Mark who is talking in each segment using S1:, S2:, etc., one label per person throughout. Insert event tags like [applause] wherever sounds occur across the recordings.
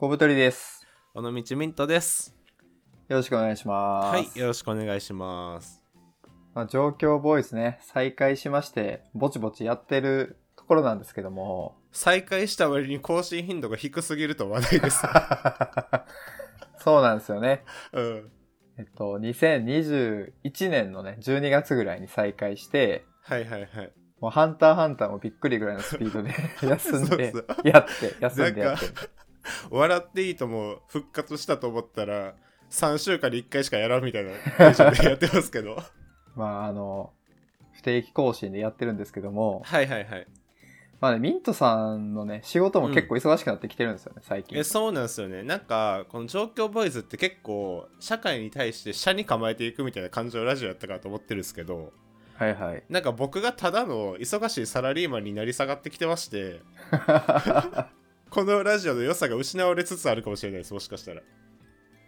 S1: 小太りです。
S2: 尾道ミントです。
S1: よろしくお願いします。
S2: はい、よろしくお願いします。
S1: まあ、状況ボーイスね、再開しまして、ぼちぼちやってるところなんですけども、 [laughs]
S2: 再開した割に更新頻度が低すぎると話題 [laughs] です。
S1: そうなんですよね。
S2: うん。
S1: えっと、2021年のね、12月ぐらいに再開して、
S2: はいはいはい。
S1: もうハンターハンターもびっくりぐらいのスピードで [laughs] 休ん
S2: そう
S1: で
S2: そう、
S1: やって、休んで
S2: な
S1: や
S2: ん
S1: っ
S2: か
S1: て。
S2: 笑っていいとも復活したと思ったら、3週間に1回しかやらんみたい [laughs] なテンションでやってます [laughs] けど。
S1: まあ、あの、不定期更新でやってるんですけども、
S2: はいはいはい。
S1: まあね、ミントさんのね、仕事も結構忙しくなってきてるんですよね、最近
S2: え、。そうなんですよね。なんか、この状況ボーイズって結構、社会に対して社に構えていくみたいな感じのラジオやったかと思ってるんですけど、
S1: はいはい。
S2: なんか僕がただの忙しいサラリーマンになり下がってきてま [laughs] して、このラジオの良さが失われつつあるかもしれないですもしかしたら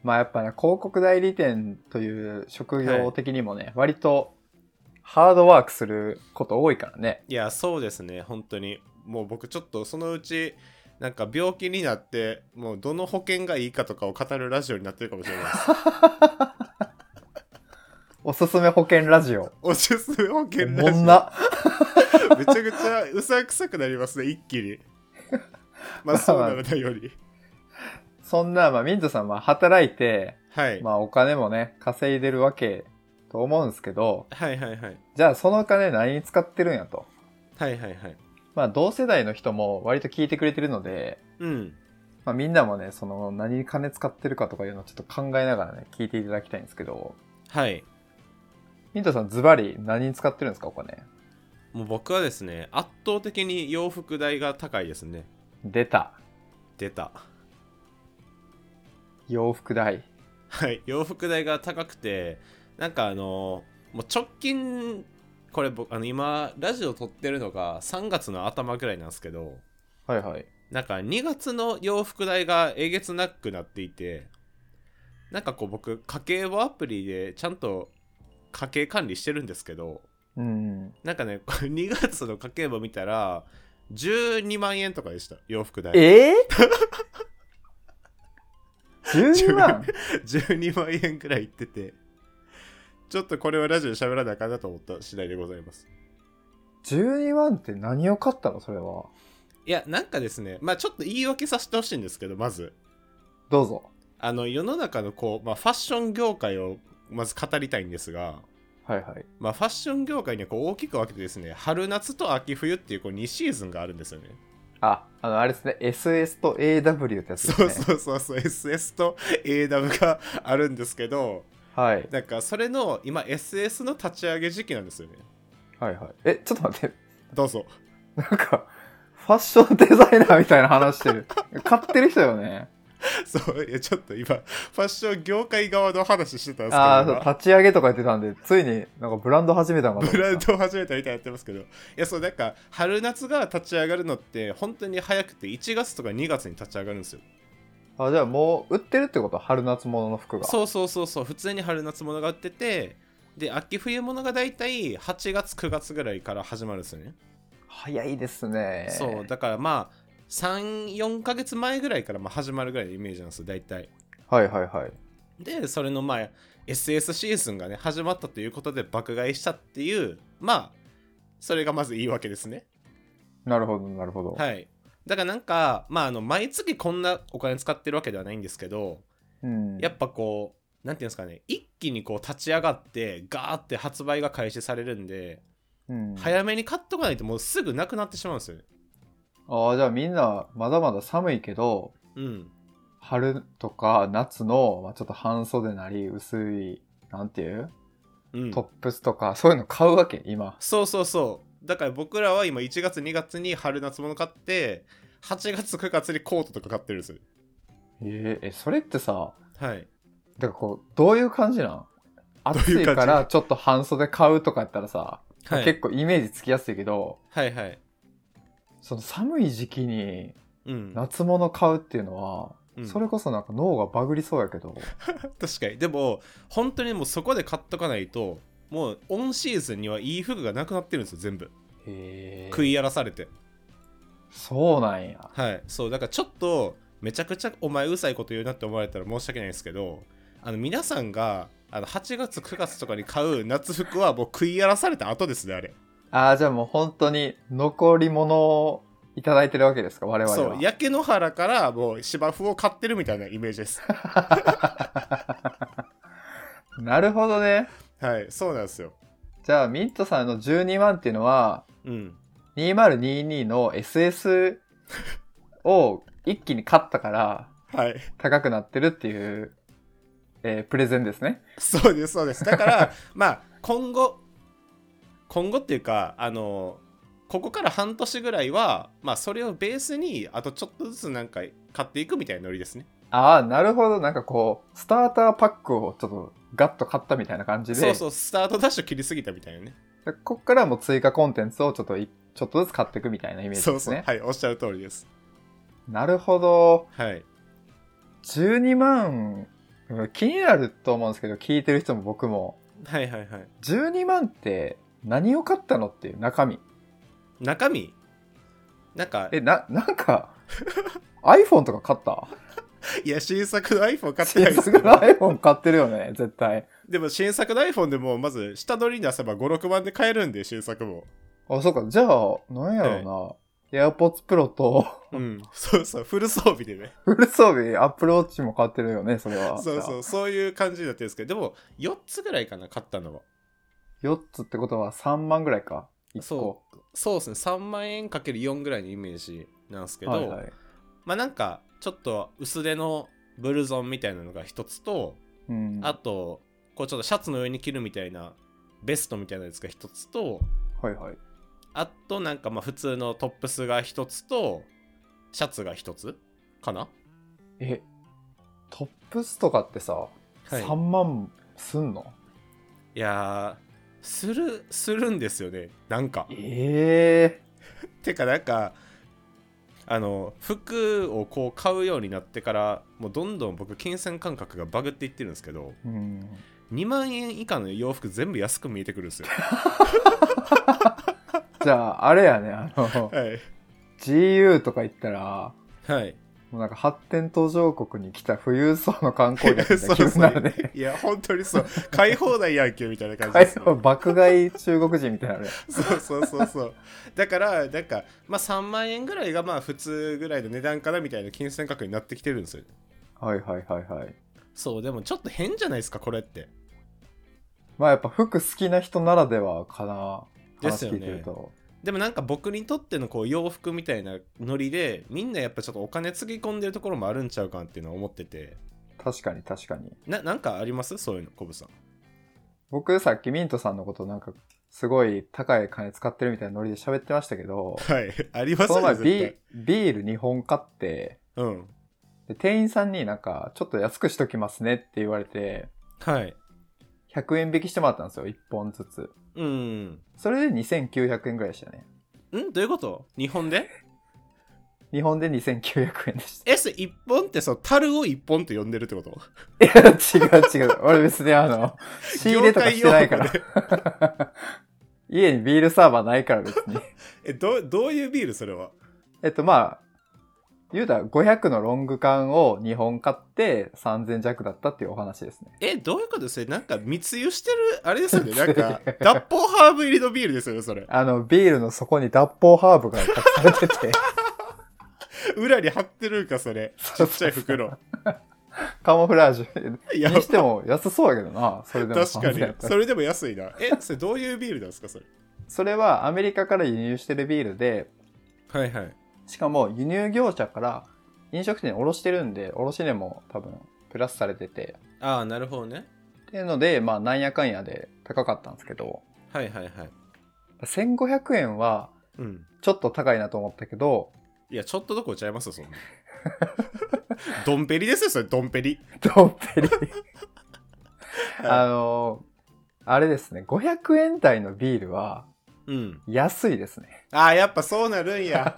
S1: まあやっぱね、広告代理店という職業的にもね、割とハードワークすること多いからね。
S2: いやそうですね本当にもう僕ちょっとそのうちなんか病気になってもうどの保険がいいかとかを語るラジオになってるかもしれないです [laughs]
S1: おすすめ保険ラジオ。
S2: おすすめ保険
S1: お
S2: [laughs]
S1: も
S2: ラジ
S1: んな。
S2: オめちゃくちゃうさくさくなりますね一気にまあそうならないよう [laughs] に
S1: そんな、まあミントさんは働いて、
S2: はい、
S1: まあお金もね、稼いでるわけと思うんですけど、
S2: はいはいはい
S1: じゃあそのお金何に使ってるんやと。
S2: はいはいはい
S1: まあ同世代の人も割と聞いてくれてるので、
S2: うん
S1: まあみんなもね、その何に金使ってるかとかいうのをちょっと考えながらね、聞いていただきたいんですけど、
S2: はい
S1: ミントさんズバリ何に使ってるんですか、お金。
S2: もう僕はですね圧倒的に洋服代が高いですね
S1: 出た。
S2: 出た [laughs]
S1: 洋服代。
S2: はい、洋服代が高くてなんかあのもう直近これ僕あの今ラジオ撮ってるのが3月の頭ぐらいなんですけど
S1: はいはい。
S2: なんか2月の洋服代がえげつなくなっていてなんかこう僕家計簿アプリでちゃんと家計管理してるんですけど
S1: うん。
S2: なんかね [laughs] これ2月の家計簿見たら12万円とかでした洋服代
S1: [laughs] えー、?12 万
S2: 12万円くらいいっててちょっとこれはラジオで喋らなあかんなと思った次第でございます
S1: ?12 万って何を買ったのそれは。
S2: いやなんかですねまあちょっと言い訳させてほしいんですけどまず
S1: どうぞ。
S2: あの世の中のこう、まあ、ファッション業界をまず語りたいんですが、
S1: はいはい。
S2: まあ、ファッション業界にはこう大きく分けてですね春夏と秋冬っていうこう2シーズンがあるんですよね
S1: あ、あの、あれですね。SS と AW ってやつです
S2: そう
S1: ね。
S2: そうそうそう SS と AW があるんですけど
S1: はい。
S2: なんかそれの今 SS の立ち上げ時期なんですよね
S1: はいはい。え、ちょっと待って。
S2: どうぞ
S1: なんか、ファッションデザイナーみたいな話してる。 [laughs] 買ってる人よね。
S2: [laughs] そういやちょっと今ファッション業界側の話してたんですけど
S1: ああ、
S2: 今
S1: 立ち上げとか言ってたんで、ついになんかブランド始めたのかと
S2: ブ
S1: 思っ
S2: ラ
S1: た
S2: ンドを始めたみたいになってますけどいやそうなんか春夏が立ち上がるのって本当に早くて1月とか2月に立ち上がるんですよ
S1: あ、じゃあもう売ってるってこと春夏物の服が。
S2: そうそうそうそう普通に春夏物が売っててで秋冬物が大体8月9月ぐらいから始まるんですよね、
S1: 早いですね。
S2: そうだからまあ34ヶ月前ぐらいからまあ始まるぐらいのイメージなんですよ大体
S1: はいはいはい。
S2: でそれのまあ SS シーズンがね始まったということで爆買いしたっていうまあそれがまず言い訳ですね
S1: なるほどなるほど。
S2: はいだからなんかまああの毎月こんなお金使ってるわけではないんですけど
S1: うん、
S2: やっぱこうなんていうんですかね一気にこう立ち上がってガーって発売が開始されるんで
S1: うん、
S2: 早めに買っとかないともうすぐなくなってしまうんですよね
S1: ああじゃあみんなまだまだ寒いけど
S2: うん
S1: 春とか夏の、まあ、ちょっと半袖なり薄いなんていう、
S2: うん
S1: トップスとかそういうの買うわけ今。
S2: そうそうそうだから僕らは今1月2月に春夏物買って8月9月にコートとか買ってるんですよ
S1: えーえそれってさ
S2: はい
S1: だからこうどういう感じなん
S2: ういう感じ
S1: 暑いからちょっと半袖買うとかやったらさ、
S2: はい
S1: 結構イメージつきやすいけど
S2: はいはい
S1: その寒い時期に
S2: うん、
S1: 夏物買うっていうのは、
S2: うん
S1: それこそなんか脳がバグりそうやけ
S2: [laughs]
S1: ど
S2: 確かにでも本当にもうそこで買っとかないともうオンシーズンにはいい服がなくなってるんですよ全部
S1: へえ
S2: 食い荒らされて
S1: そうなんや。
S2: はいそうだからちょっとめちゃくちゃお前うるさいこと言うなって思われたら申し訳ないんですけどあの皆さんがあの8月9月とかに買う夏服はもう食い荒らされた後ですねあれ
S1: ああ、じゃあもう本当に残り物をいただいてるわけですか、我々は。
S2: そう焼け野原からもう芝生を買ってるみたいなイメージです
S1: なるほどね。
S2: はいそうなんですよ
S1: じゃあ、ミントさんの12万っていうのは、
S2: うん
S1: 2022の SS を一気に買ったから
S2: はい
S1: 高くなってるっていう、えープレゼンですね。
S2: そうですそうですだから [laughs] まあ今後今後っていうかあのここから半年ぐらいはまあそれをベースにあとちょっとずつなんか買っていくみたいなノリですね
S1: ああ、なるほど。なんかこう、スターターパックをちょっとガッと買ったみたいな感じで、
S2: そうそうスタートダッシュ切りすぎたみたいなね
S1: でこっからもう追加コンテンツをちょっとい、ちょっとずつ買っていくみたいなイメージです
S2: そ
S1: ね。
S2: うそうはいおっしゃる通りです
S1: なるほど。
S2: はい
S1: 12万、うん気になると思うんですけど、聞いてる人も僕も。
S2: はいはいはい
S1: 12万って何を買ったのっていう中身。
S2: 中身なんか
S1: え、な、なん
S2: [laughs]
S1: か、iPhone とか買った
S2: いや新作の iPhone 買ってない
S1: 新
S2: です
S1: 作の iPhone 買ってるよね、絶対。
S2: でも新作の iPhone でもうまず下取りに出せば56万で買えるんで新作も
S1: あ、そうか。じゃあ、なんやろうな。AirPods Pro と、 [laughs]
S2: うんそうそうフル装備でね
S1: フル装備、Apple Watch も買ってるよね、それは。。
S2: そうそううそういう感じになってるんですけどでも4つぐらいかな買ったのは
S1: 4つってことは3万ぐらいか。1個。
S2: そそうですね3万円かける4ぐらいのイメージなんですけど、
S1: はいはい。
S2: まあなんかちょっと薄手のブルゾンみたいなのが1つと、
S1: うん。
S2: あとこうちょっとシャツの上に着るみたいなベストみたいなやつが1つと
S1: はいはい。
S2: あとなんかまあ普通のトップスが1つとシャツが1つかな、
S1: え、トップスとかってさ、3万すんの
S2: い、いやーするするんですよねなんか
S1: ええ
S2: てかなんかあの服をこう買うようになってからもうどんどん僕金銭感覚がバグっていってるんですけど
S1: うん。
S2: 2万円以下の洋服全部安く見えてくるんですよ
S1: じゃあ、あれやね、あの、
S2: はい、
S1: GU とか行ったら、
S2: [laughs] はい、
S1: もうなんか発展途上国に来た富裕層の観光客みたい
S2: [laughs] そ
S1: な
S2: う
S1: 気分
S2: そ
S1: になるね。
S2: ういや本当に [laughs] そう買い放題やんけみたいな感じ
S1: 買
S2: で
S1: い
S2: すね、
S1: 物爆買い中国人みたいになるね。
S2: そうそうそうそうだからなんかまあ3万円ぐらいがまあ普通ぐらいの値段かなみたいな金銭感覚になってきてるんですよ
S1: はいはいはいはい。
S2: そうでもちょっと変じゃないですかこれって
S1: まあやっぱ服好きな人ならではかな。
S2: ですよね
S1: 話聞いてると。
S2: でもなんか僕にとってのこう洋服みたいなノリでみんなやっぱちょっとお金つぎ込んでるところもあるんちゃうかなっていうのは思ってて
S1: 確かに確かに。
S2: ななんかありますそういうのコブさん [laughs]
S1: 僕さっきミントさんのことなんかすごい高い金使ってるみたいなノリで喋ってましたけ
S2: [laughs]
S1: ど、
S2: はいありま
S1: そ
S2: す
S1: の前
S2: ね
S1: ビ
S2: 絶
S1: ビール2本買って、
S2: 対うん
S1: で店員さんになんか、ちょっと安くしときますねって言われて、
S2: はい
S1: 100円引きしてもらったんですよ、1本ずつ。
S2: うん
S1: それで2900円ぐらいでしたね。
S2: んどういうこと日本で
S1: 日本で2900円でした。 [laughs]
S2: えそれ一本ってその樽を一本と呼んでるってこと
S1: いや、違う違う。俺別にあ
S2: [laughs]
S1: の、仕入れとかしてないか
S2: 業界用語で
S1: ら。家にビールサーバーないから別
S2: [laughs]
S1: に。
S2: えどどういうビールそれは
S1: えっとまあ、言うたら500のロング缶を2本買って3000弱だったっていうお話ですね。
S2: えどういうことそれなんか密輸してるあれですよね [laughs] なんか脱法ハーブ入りのビールですよねそれ
S1: あの、ビールの底に脱法ハーブが隠されて
S2: [laughs]
S1: て、
S2: 裏に貼ってるんかそれちっちゃい袋
S1: カモフラージュ。
S2: [laughs] いや
S1: にしても安そうやけどな、それでも
S2: 確か
S1: 3000や
S2: に
S1: ったら
S2: それでも安いな [laughs] えそれどういうビールなんですかそれ
S1: [laughs] それはアメリカから輸入してるビールで、
S2: はいはい
S1: しかも輸入業者から飲食店に卸してるんで、卸値も多分プラスされてて、
S2: ああなるほどね
S1: っていうので、まあなんやかんやで高かったんですけど、
S2: はいはいはい
S1: 1500円は
S2: うん
S1: ちょっと高いなと思ったけど、 [laughs]
S2: いやちょっとどころちゃいますよ [laughs] そんなドンペリですよそれドンペリ
S1: ドンペリ。あのー、あれですね、500円台のビールは
S2: うん
S1: 安いですね。
S2: ああやっぱそうなるんや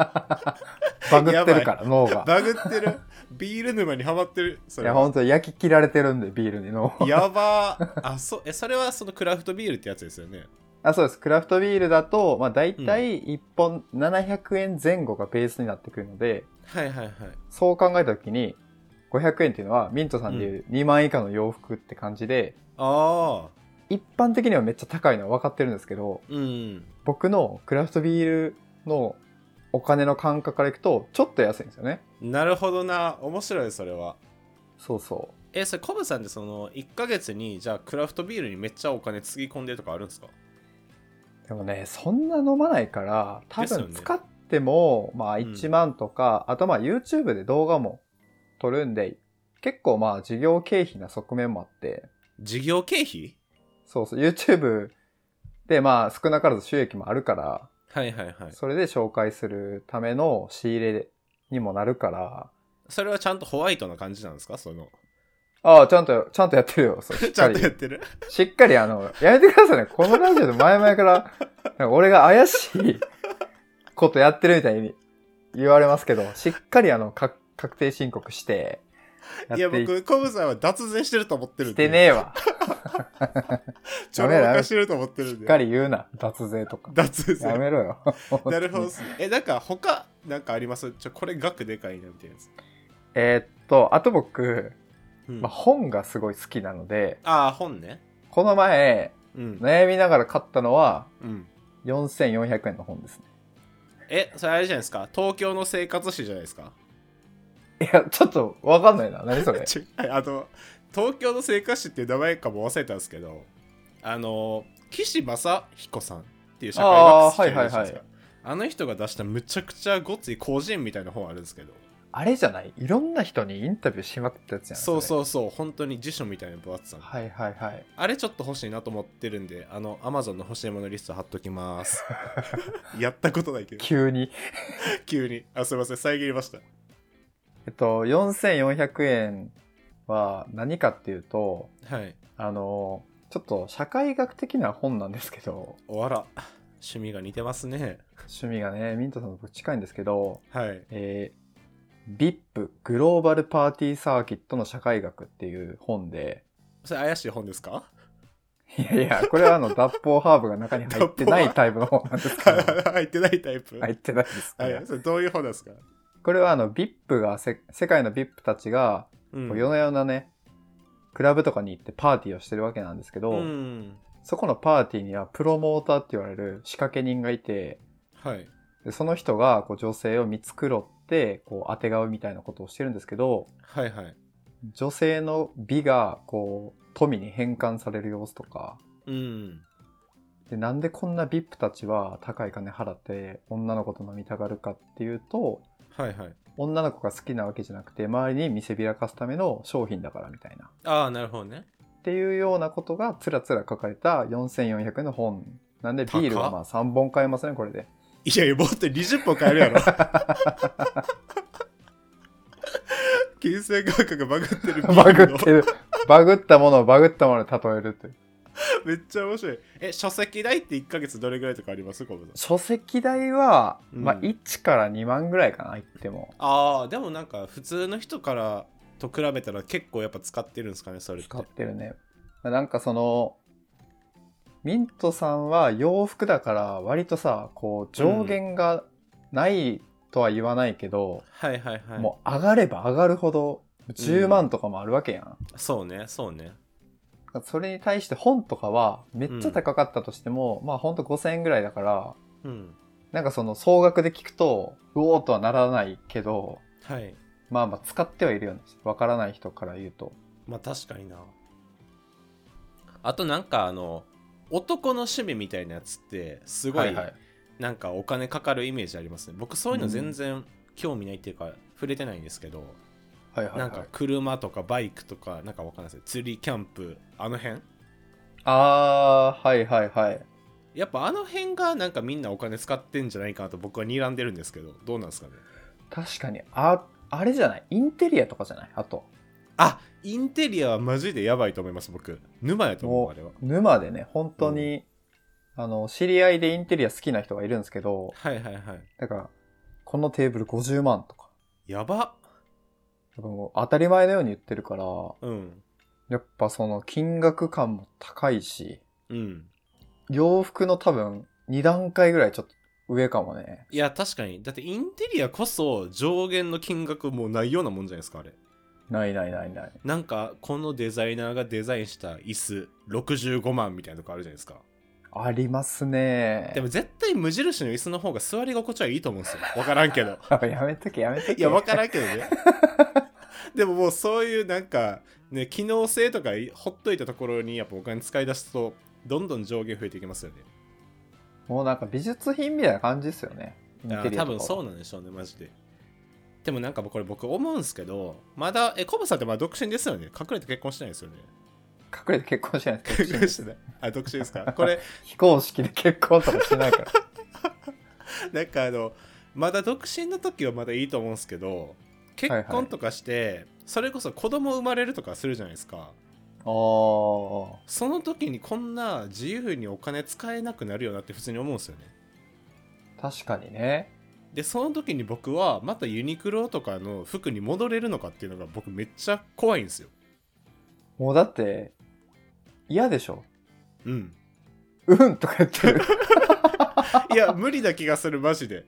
S1: バグってるから、脳が。
S2: バグってるビール沼にはまってるそ
S1: い
S2: れ
S1: や、
S2: は
S1: 本当に焼き切られてるんで、ビールに脳。
S2: やばーあそえそれはそのクラフトビールってやつですよね
S1: あそうですクラフトビールだと、まあ、大体1本700円前後がベースになってくるので、
S2: はいはいはい
S1: そう考えた時に500円っていうのはミントさんでいう2万円以下の洋服って感じで、
S2: ああ
S1: 一般的にはめっちゃ高いのは分かってるんですけど
S2: うん
S1: 僕のクラフトビールのお金の感覚からいくとちょっと安いんですよね
S2: なるほどな面白いそれは
S1: そうそう
S2: えそれコブさんってその1ヶ月にじゃあクラフトビールにめっちゃお金つぎ込んでるとかあるんですか
S1: でもねそんな飲まないから多
S2: ですよ
S1: 分
S2: ね
S1: 使っても、まあ
S2: うん
S1: 1万とか、あとまあ YouTube で動画も撮るんで結構まあ事業経費な側面もあって
S2: 事業経費
S1: そうそう YouTube でまあ少なからず収益もあるから
S2: はいはいはい
S1: それで紹介するための仕入れにもなるから
S2: それはちゃんとホワイトな感じなんですかその
S1: ああちゃんとちゃんとやってるよそうしっ
S2: [laughs] ちゃ
S1: か
S2: ん
S1: り
S2: とやってる
S1: しっかりあの、やめてくださいね。このラジオで前々から、なんか俺が怪しいことやってるみたいに言われますけど、しっかりあの、か確定申告して、や
S2: いや
S1: っていっ
S2: 僕コブさんは脱税してると思ってるん
S1: て
S2: で
S1: ねえわ。
S2: ちょろまかしてると思ってるん
S1: し
S2: で
S1: っかり言うな、脱税とか。
S2: 脱税
S1: やめろよ。
S2: [laughs] なるほどっすねえなんか他なんかありますちょこれ額でかいなみたいなやつ、
S1: えーっと、あと僕、
S2: うん
S1: まあ、本がすごい好きなので、
S2: ああ本ね
S1: この前、
S2: うん、
S1: 悩みながら買ったのは、
S2: うん、
S1: 4400円の本ですね。
S2: えそれあれじゃないですか東京の生活史じゃないですか
S1: いや、ちょっとわかんないな。何それ。
S2: [laughs] ちょはいあと東京の生活史っていう名前かも忘れたんですけどあの岸正彦さんっていう社会学者いるじゃなですか
S1: あーはいはいはい
S2: あの人が出したむちゃくちゃごっつい個人みたいな本あるんですけど
S1: あれじゃないいろんな人にインタビューしまくったやつじゃない
S2: そう
S1: う。
S2: そうそう本当に辞書みたいな分厚さの
S1: はいはいはい。
S2: あれちょっと欲しいなと思ってるんであのアマゾンの欲しいものリスト貼っときます [laughs] やったことないけど
S1: 急に。
S2: [laughs] 急にあすいません遮りました
S1: えっと、4400円は何かっていうと、
S2: はい
S1: あの、ちょっと社会学的な本なんですけど、
S2: おあら趣味が似てますね
S1: 趣味がね、ミントさんと僕近いんですけど、
S2: はい
S1: えー、VIP グローバルパーティーサーキットの社会学っていう本で、
S2: それ怪しい本です [laughs] か
S1: いやいや、これはあの、脱法ハーブが中に入ってないタイプの本なんですけど、
S2: 入ってないタイプ、
S1: 入ってないです、
S2: は
S1: ね
S2: い、それどういう本ですか、
S1: これはあの、VIP がせ、世界の VIP たちが、
S2: うん
S1: こう夜な夜なね、クラブとかに行ってパーティーをしてるわけなんですけど、
S2: うん
S1: そこのパーティーにはプロモーターって言われる仕掛け人がいて、
S2: はい
S1: でその人がこう女性を見繕って、こう、あてがうみたいなことをしてるんですけど、
S2: はいはい
S1: 女性の美が、こう、富に変換される様子とか、
S2: うん
S1: で、なんでこんな VIP たちは高い金払って女の子と飲みたがるかっていうと、
S2: はいはい
S1: 女の子が好きなわけじゃなくて、周りに見せびらかすための商品だからみたいな。
S2: ああなるほどね
S1: っていうようなことがつらつら書かれた4400円の本なんでビ
S2: 高っ
S1: ールはまあ3本買えますねこれで [laughs]
S2: いやいやもっと20本買えるやろ金銭感覚 [laughs] バグってるビールの
S1: バグって [laughs] るバグったものをバグったものに例えるという
S2: めっちゃ面白い。え、書籍代って1ヶ月どれぐらいとかありますコブさん。
S1: 書籍代は、
S2: うん
S1: まあ1から2万ぐらいかな言っても
S2: ああ、でもなんか普通の人からと比べたら結構やっぱ使ってるんですかね、それって。
S1: 使ってるねなんかそのミントさんは洋服だから割とさこう上限がないとは言わないけど、
S2: はいはいはい。
S1: もう上がれば上がるほど10万とかもあるわけやん
S2: そうね、そうね。
S1: それに対して本とかはめっちゃ高かったとしても、まあほんと5000円ぐらいだから
S2: うん。
S1: なんかその総額で聞くとうおーとはならないけど
S2: はい。
S1: まあまあ使ってはいるよねわからない人から言うと
S2: まあ確かにな。あとなんかあの、男の趣味みたいなやつってすごい
S1: はい、
S2: なんかお金かかるイメージありますね。僕そういうの全然興味ないっていうか触れてないんですけど、
S1: はいはい
S2: な
S1: は
S2: ん
S1: い
S2: か車とかバイクとかなんかわかんないですよ釣り、キャンプ、あの辺
S1: あーはいはいはい
S2: やっぱあの辺がなんかみんなお金使ってんじゃないかなと僕は睨んでるんですけどどうなんですかね
S1: 確かにああれじゃないインテリアとかじゃないあと
S2: あインテリアはマジでやばいと思います僕沼やと思
S1: も
S2: う
S1: う
S2: あれは
S1: 沼でね本当に、あの知り合いでインテリア好きな人がいるんですけど
S2: はいはいはい
S1: だからこのテーブル50万とか
S2: やば
S1: やっぱもう当たり前のように言ってるから
S2: うん
S1: やっぱその金額感も高いし、
S2: うん
S1: 洋服の多分2段階ぐらいちょっと上かもね。
S2: いや確かにだってインテリアこそ上限の金額もうないようなもんじゃないですかあれ
S1: ないないないない。
S2: なんかこのデザイナーがデザインした椅子65万みたいなとこあるじゃないですか
S1: ありますね。
S2: でも絶対無印の椅子の方が座り心地はいいと思うん [laughs] ですよ分からんけど
S1: やめとけやめとけ。
S2: いや分からんけどね [laughs] でももうそういうなんかね機能性とかほっといたところにやっぱお金使い出すとどんどん上限増えていきますよね
S1: もうなんか美術品みたいな感じですよね。イン
S2: だか
S1: テ
S2: ら
S1: リア
S2: 多
S1: と
S2: 分
S1: か。
S2: そううなんでしょうねマジででもなんかこれ僕思うんですけどまだえコブさんってまだ独身ですよね隠れて結婚してないですよね
S1: 隠れて結婚してないです
S2: 隠れてないあ独身ですかこれ
S1: 非公式で結婚とかしてないから。
S2: なんかあのまだ独身の時はまだいいと思うんですけど結婚とかして、それこそ子供生まれるとかするじゃないですか
S1: あ
S2: その時にこんな自由にお金使えなくなるよなって普通に思うんですよね
S1: あ、確かにね。
S2: でその時に僕はまたユニクロとかの服に戻れるのかっていうのが僕めっちゃ怖いんですよ
S1: もうだって、嫌でしょ。
S2: うん
S1: うんとか言ってる。
S2: いや無理な気がするマジで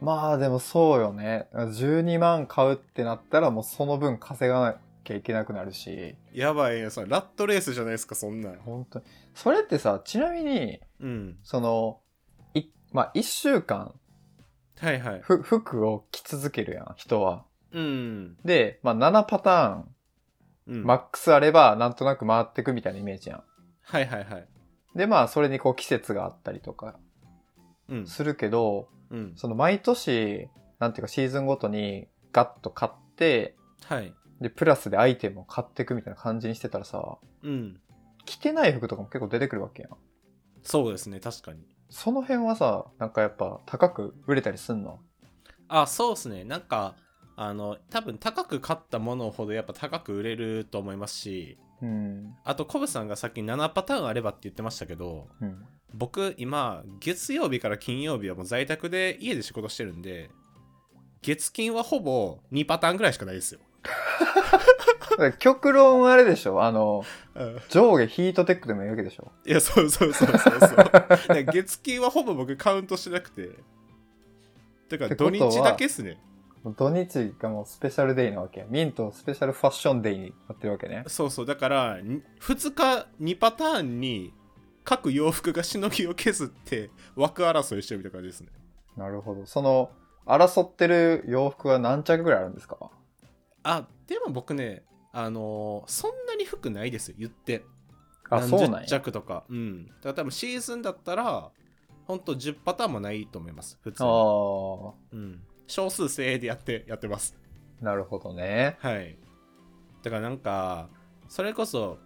S1: まあでもそうよね。12万買うってなったらもうその分稼がなきゃいけなくなるし。
S2: やばいねそれラットレースじゃないですかそんなん
S1: 本当に。それってさ、ちなみに、
S2: うん
S1: その、い、まあ一週間、
S2: はいはい
S1: ふ、服を着続けるやん、人は。
S2: うん
S1: で、まあ7パターン、
S2: うん、
S1: マックスあればなんとなく回ってくみたいなイメージやん。
S2: はいはいはい
S1: で、まあそれにこう季節があったりとか
S2: うん
S1: するけど、
S2: うん
S1: その毎年、なんていうかシーズンごとにガッと買って、
S2: はい
S1: で、プラスでアイテムを買っていくみたいな感じにしてたらさ、
S2: うん
S1: 着てない服とかも結構出てくるわけやん。
S2: そうですね確かに
S1: その辺はさ、なんかやっぱ高く売れたりすんの
S2: あそうですねなんかあの多分高く買ったものほどやっぱ高く売れると思いますし
S1: うん。
S2: あとコブさんがさっき7パターンあればって言ってましたけど
S1: うん。
S2: 僕今月曜日から金曜日はもう在宅で家で仕事してるんで月金はほぼ2パターンぐらいしかないですよ、
S1: だから極論あれでしょあの、
S2: うん、
S1: 上下ヒートテックでもいいわけでしょ
S2: いやそうそうそうそうそう
S1: [laughs]
S2: だから月金はほぼ僕カウントしてなくてだから土日だけっすね
S1: もう土日がもうスペシャルデイなわけやミントスペシャルファッションデイになってるわけね。
S2: そうそうだからに2日2パターンに各洋服がしのぎを削って枠争いしてるみたいな感じですね
S1: なるほど。その、争ってる洋服は何着ぐらいあるんですか
S2: あでも僕ねあのーそんなに服ないですよ言って
S1: あ、
S2: 何
S1: そうなん
S2: 十
S1: や。
S2: 着とかうんだから多分シーズンだったらほんと10パターンもないと思います普通
S1: あ
S2: に
S1: ー、
S2: うん、少数精鋭でやってやってます
S1: なるほどね。
S2: はいだからなんかそれこそ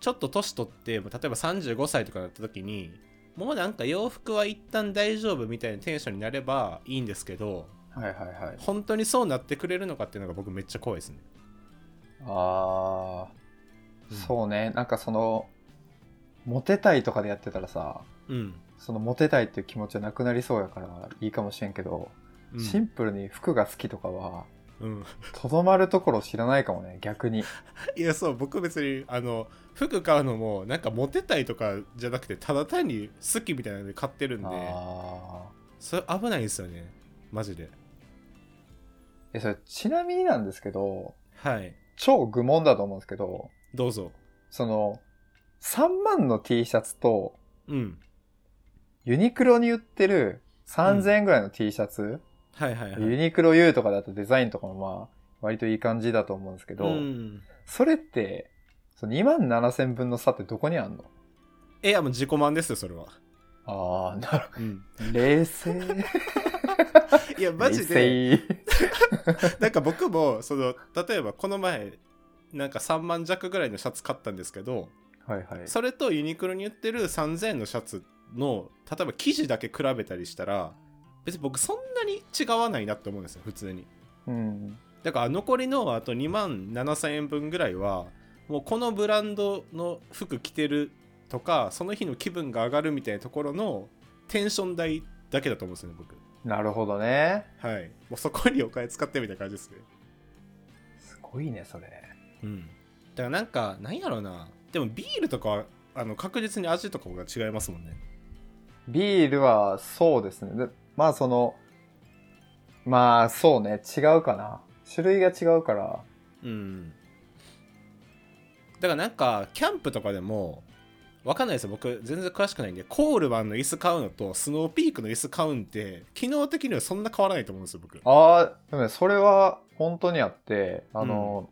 S2: ちょっと年取って例えば35歳とかになった時にもうなんか洋服は一旦大丈夫みたいなテンションになればいいんですけど
S1: はいはいはい。
S2: 本当にそうなってくれるのかっていうのが僕めっちゃ怖いですね、
S1: あー、そうね。なんかその、モテたいとかでやってたらさ、
S2: うん、
S1: そのモテたいっていう気持ちはなくなりそうやからいいかもしれんけど、
S2: うん
S1: シンプルに服が好きとかは
S2: うん、 [laughs]
S1: とどまるところ知らないかもね逆に
S2: いやそう僕別にあの服買うのもなんかモテたいとかじゃなくてただ単に好きみたいなので買ってるんで
S1: あ
S2: それ危ないんですよねマジで
S1: ーえそれちなみになんですけど
S2: はい
S1: 超愚問だと思うんですけど
S2: どうぞ
S1: その3万の T シャツと
S2: うん
S1: ユニクロに売ってる3000円ぐらいの T シャツ、
S2: はいはいはい
S1: ユニクロ U とかだとデザインとかもまあ割といい感じだと思うんですけど、
S2: うん
S1: それってその2万7000分の差ってどこにあんの
S2: えいやもう自己満ですよそれは、
S1: ああ、なる
S2: うん、
S1: 冷静。[laughs]
S2: いやマジで
S1: 冷静
S2: なんか僕もその例えばこの前なんか3万弱ぐらいのシャツ買ったんですけど
S1: はいはい。
S2: それとユニクロに売ってる3000円のシャツの例えば生地だけ比べたりしたら別に僕そんなに違わないなって思うんですよ普通に
S1: うん。
S2: だから残りのあと2万7000円分ぐらいはもうこのブランドの服着てるとかその日の気分が上がるみたいなところのテンション代だけだと思うんですよね僕
S1: なるほどね。
S2: はいもうそこにお金使ってみたいな感じですね
S1: すごいね、それ。
S2: うんだからなんかなんやろうなでもビールとかはあの確実に味とかが違いますもんね
S1: ビールはそうですね。でまあその、まあそうね、違うかな。種類が違うから。
S2: うんだからなんかキャンプとかでもわかんないですよ僕全然詳しくないんでコールマンの椅子買うのとスノーピークの椅子買うんって機能的にはそんな変わらないと思うんですよ僕
S1: ああ、でもね、それは本当にあって、あの、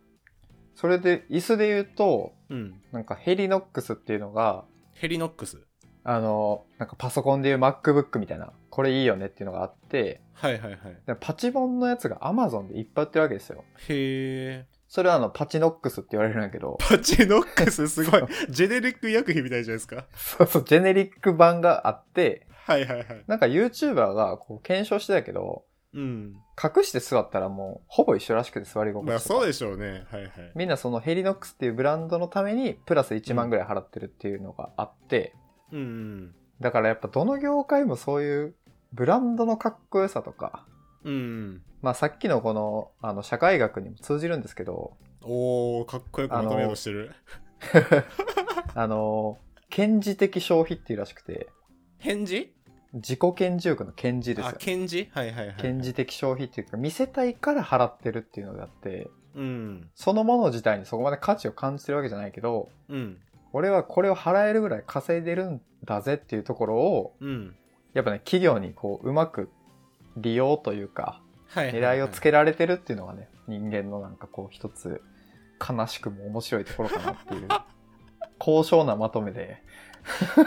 S1: それで、椅子で言うと、
S2: うん
S1: なんかヘリノックスっていうのが、
S2: ヘリノックス
S1: あの、なんかパソコンでいう MacBook みたいな、これいいよねっていうのがあって、
S2: はいはいはい
S1: でパチモンのやつが Amazon でいっぱい売ってるわけですよ。
S2: へえ、
S1: それはあの、パチノックスって言われるんだけど [laughs]
S2: [laughs] パチノックスすごいジェネリック医薬品みたいじゃないですか
S1: そうそう、ジェネリック版があって、
S2: はいはいはい
S1: なんか YouTuber がこう検証してたけど、
S2: うん
S1: 隠して座ったらもうほぼ一緒らしくて座り心地とか
S2: まあそうでしょうねはいはい
S1: みんなそのヘリノックスっていうブランドのためにプラス1万ぐらい払ってるっていうのがあって、
S2: うんうん
S1: だからやっぱどの業界もそういうブランドのかっこよさとか、
S2: うん
S1: まあさっきのこのあの社会学にも通じるんですけど、
S2: おおかっこよくまとめようとしてる
S1: あの、検事的消費っていうらしくて、
S2: 返事
S1: 自己顕示欲の検事です
S2: あ
S1: よ。
S2: 検事はいはいはい
S1: 顕示的消費っていうか見せたいから払ってるっていうのであって、
S2: うん
S1: そのもの自体にそこまで価値を感じてるわけじゃないけど、
S2: うん
S1: 俺はこれを払えるぐらい稼いでるんだぜっていうところを
S2: うん
S1: やっぱね企業にこううまく利用というか
S2: はいはいは
S1: 狙
S2: い
S1: いをつけられてるっていうのがね人間のなんかこう一つ悲しくも面白いところかな
S2: [laughs]
S1: っていう高尚なまとめで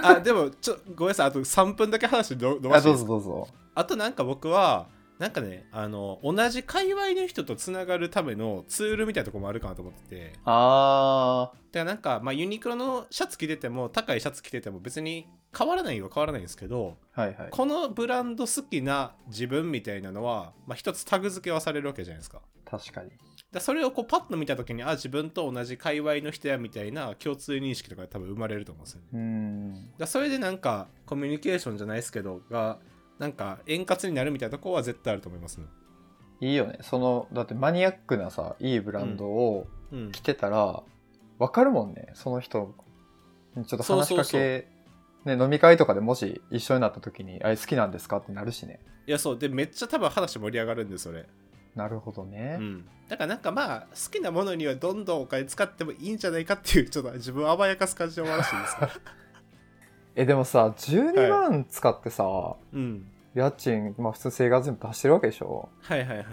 S2: あでもちょごめんなさいあと3分だけ話してど伸ば
S1: あ
S2: してい
S1: ど
S2: い
S1: ぞ
S2: うですか
S1: どうぞ
S2: あとなんか僕はなんかねあの同じ界隈の人とつながるためのツールみたいなとこもあるかなと思ってて
S1: あー
S2: でなんか、まあ、ユニクロのシャツ着てても高いシャツ着てても別に変わらないは変わらないんですけど
S1: はいはい
S2: このブランド好きな自分みたいなのは、まあ、一つタグ付けはされるわけじゃないですか
S1: 確かに
S2: でそれをこうパッと見た時にあ自分と同じ界隈の人やみたいな共通認識とかが多分生まれると思うんですよね
S1: うーん
S2: だそれでなんかコミュニケーションじゃないですけどがなんか円滑になるみたいなとこは絶対あると思いますね。
S1: いいよねそのだってマニアックなさいいブランドを
S2: うん
S1: 着、てたらわかるもんねその人にちょっと話し
S2: そうそ
S1: か
S2: うそ
S1: けね飲み会とかでもし一緒になった時に「あれ好きなんですか?」ってなるしね
S2: いやそうでめっちゃ多分話盛り上がるんでそれ、
S1: なるほどね
S2: う、ん、だからなんかまあ好きなものにはどんどんお金使ってもいいんじゃないかっていうちょっと自分を甘やかす感じで終わらしいです [laughs] か
S1: えでもさ12万使ってさ、
S2: うん
S1: 家賃、まあ、普通生活費も出してるわけでしょ
S2: はいはいはいはい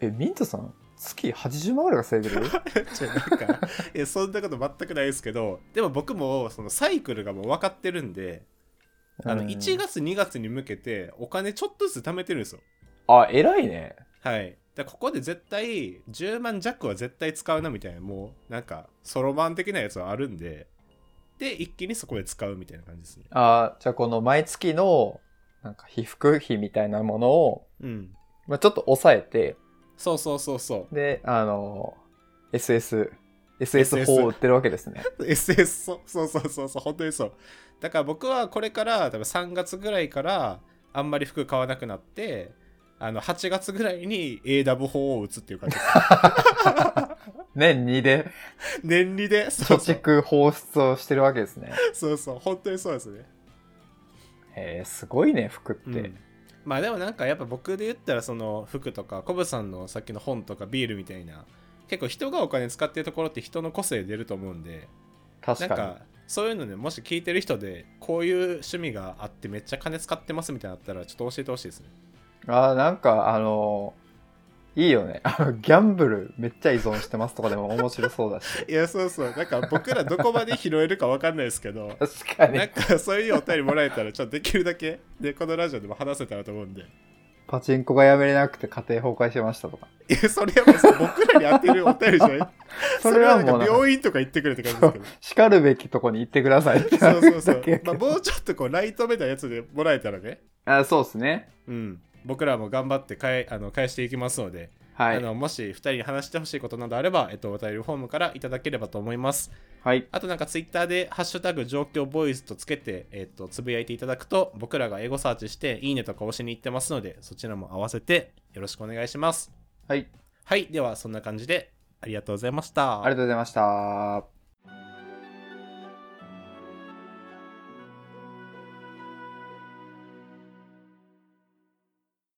S1: えミントさん月80万ぐらい稼いでる
S2: じゃあなんかいやそんなこと全くないですけどでも僕もそのサイクルがもう分かってるんで [laughs] あの
S1: うん
S2: 1月2月に向けてお金ちょっとずつ貯めてるんですよ
S1: あ偉いね
S2: はい。でここで絶対10万弱は絶対使うなみたいなもうなんかソロ版的なやつはあるんでで一気にそこで使うみたいな感じですね
S1: あじゃあこの毎月のなんか被服費みたいなものを、
S2: うん
S1: まあ、ちょっと抑えて
S2: そうそうそうそ
S1: であの SS SS 法を売ってるわけ
S2: [laughs]
S1: ですね
S2: う SS そうそうそうそうそう本当にそうだから僕はこれから多分3月ぐらいからあんまり服買わなくなってあの8月ぐらいに AW 法を打つっていう感じです
S1: 年2で
S2: 年利でそ
S1: 貯
S2: うそう
S1: 蓄放出をしてるわけですね
S2: そうそう本当にそうですね
S1: へえすごいね服って、
S2: うんまあでもなんかやっぱ僕で言ったらその服とかコブさんのさっきの本とかビールみたいな結構人がお金使ってるところって人の個性出ると思うんでな
S1: 確
S2: ん
S1: かに
S2: かそういうのねもし聞いてる人でこういう趣味があってめっちゃ金使ってますみたいなのあったらちょっと教えてほしいですね
S1: あーなんかあのいいよねあのギャンブルめっちゃ依存してますとかでも面白そうだし
S2: [laughs] いやそうそうなんか僕らどこまで拾えるか分かんないですけど
S1: 確か
S2: な
S1: に
S2: んかそういうお便りもらえたらちょっとできるだけでこのラジオでも話せたらと思うんで
S1: パチンコがやめれなくて家庭崩壊してましたとか
S2: いやそれはもうさ僕らに当てるお便りじゃない
S1: それはもう
S2: そ
S1: なん
S2: なん
S1: か
S2: か病院とか行ってくれって感じですけど
S1: しかるべきとこに行ってくださいって
S2: そうそうそ
S1: だ
S2: う
S1: けや。け
S2: ま
S1: ど
S2: あ、もうちょっとこうライトめなやつでもらえたらね、
S1: あそうですね
S2: うん、僕らも頑張ってかえあの返していきますので、
S1: はい
S2: あのもし2人に話してほしいことなどあれば、えっと、お便りフォームからいただければと思います。
S1: はい
S2: あとなんかツイッターで「ハッシュタグ状況ボイス」とつけて、えっと、つぶやいていただくと、僕らがエゴサーチして、いいねとか押しに行ってますので、そちらも合わせてよろしくお願いします。
S1: はい
S2: はい、ではそんな感じでありがとうございまし
S1: あ
S2: た。
S1: りがとうございました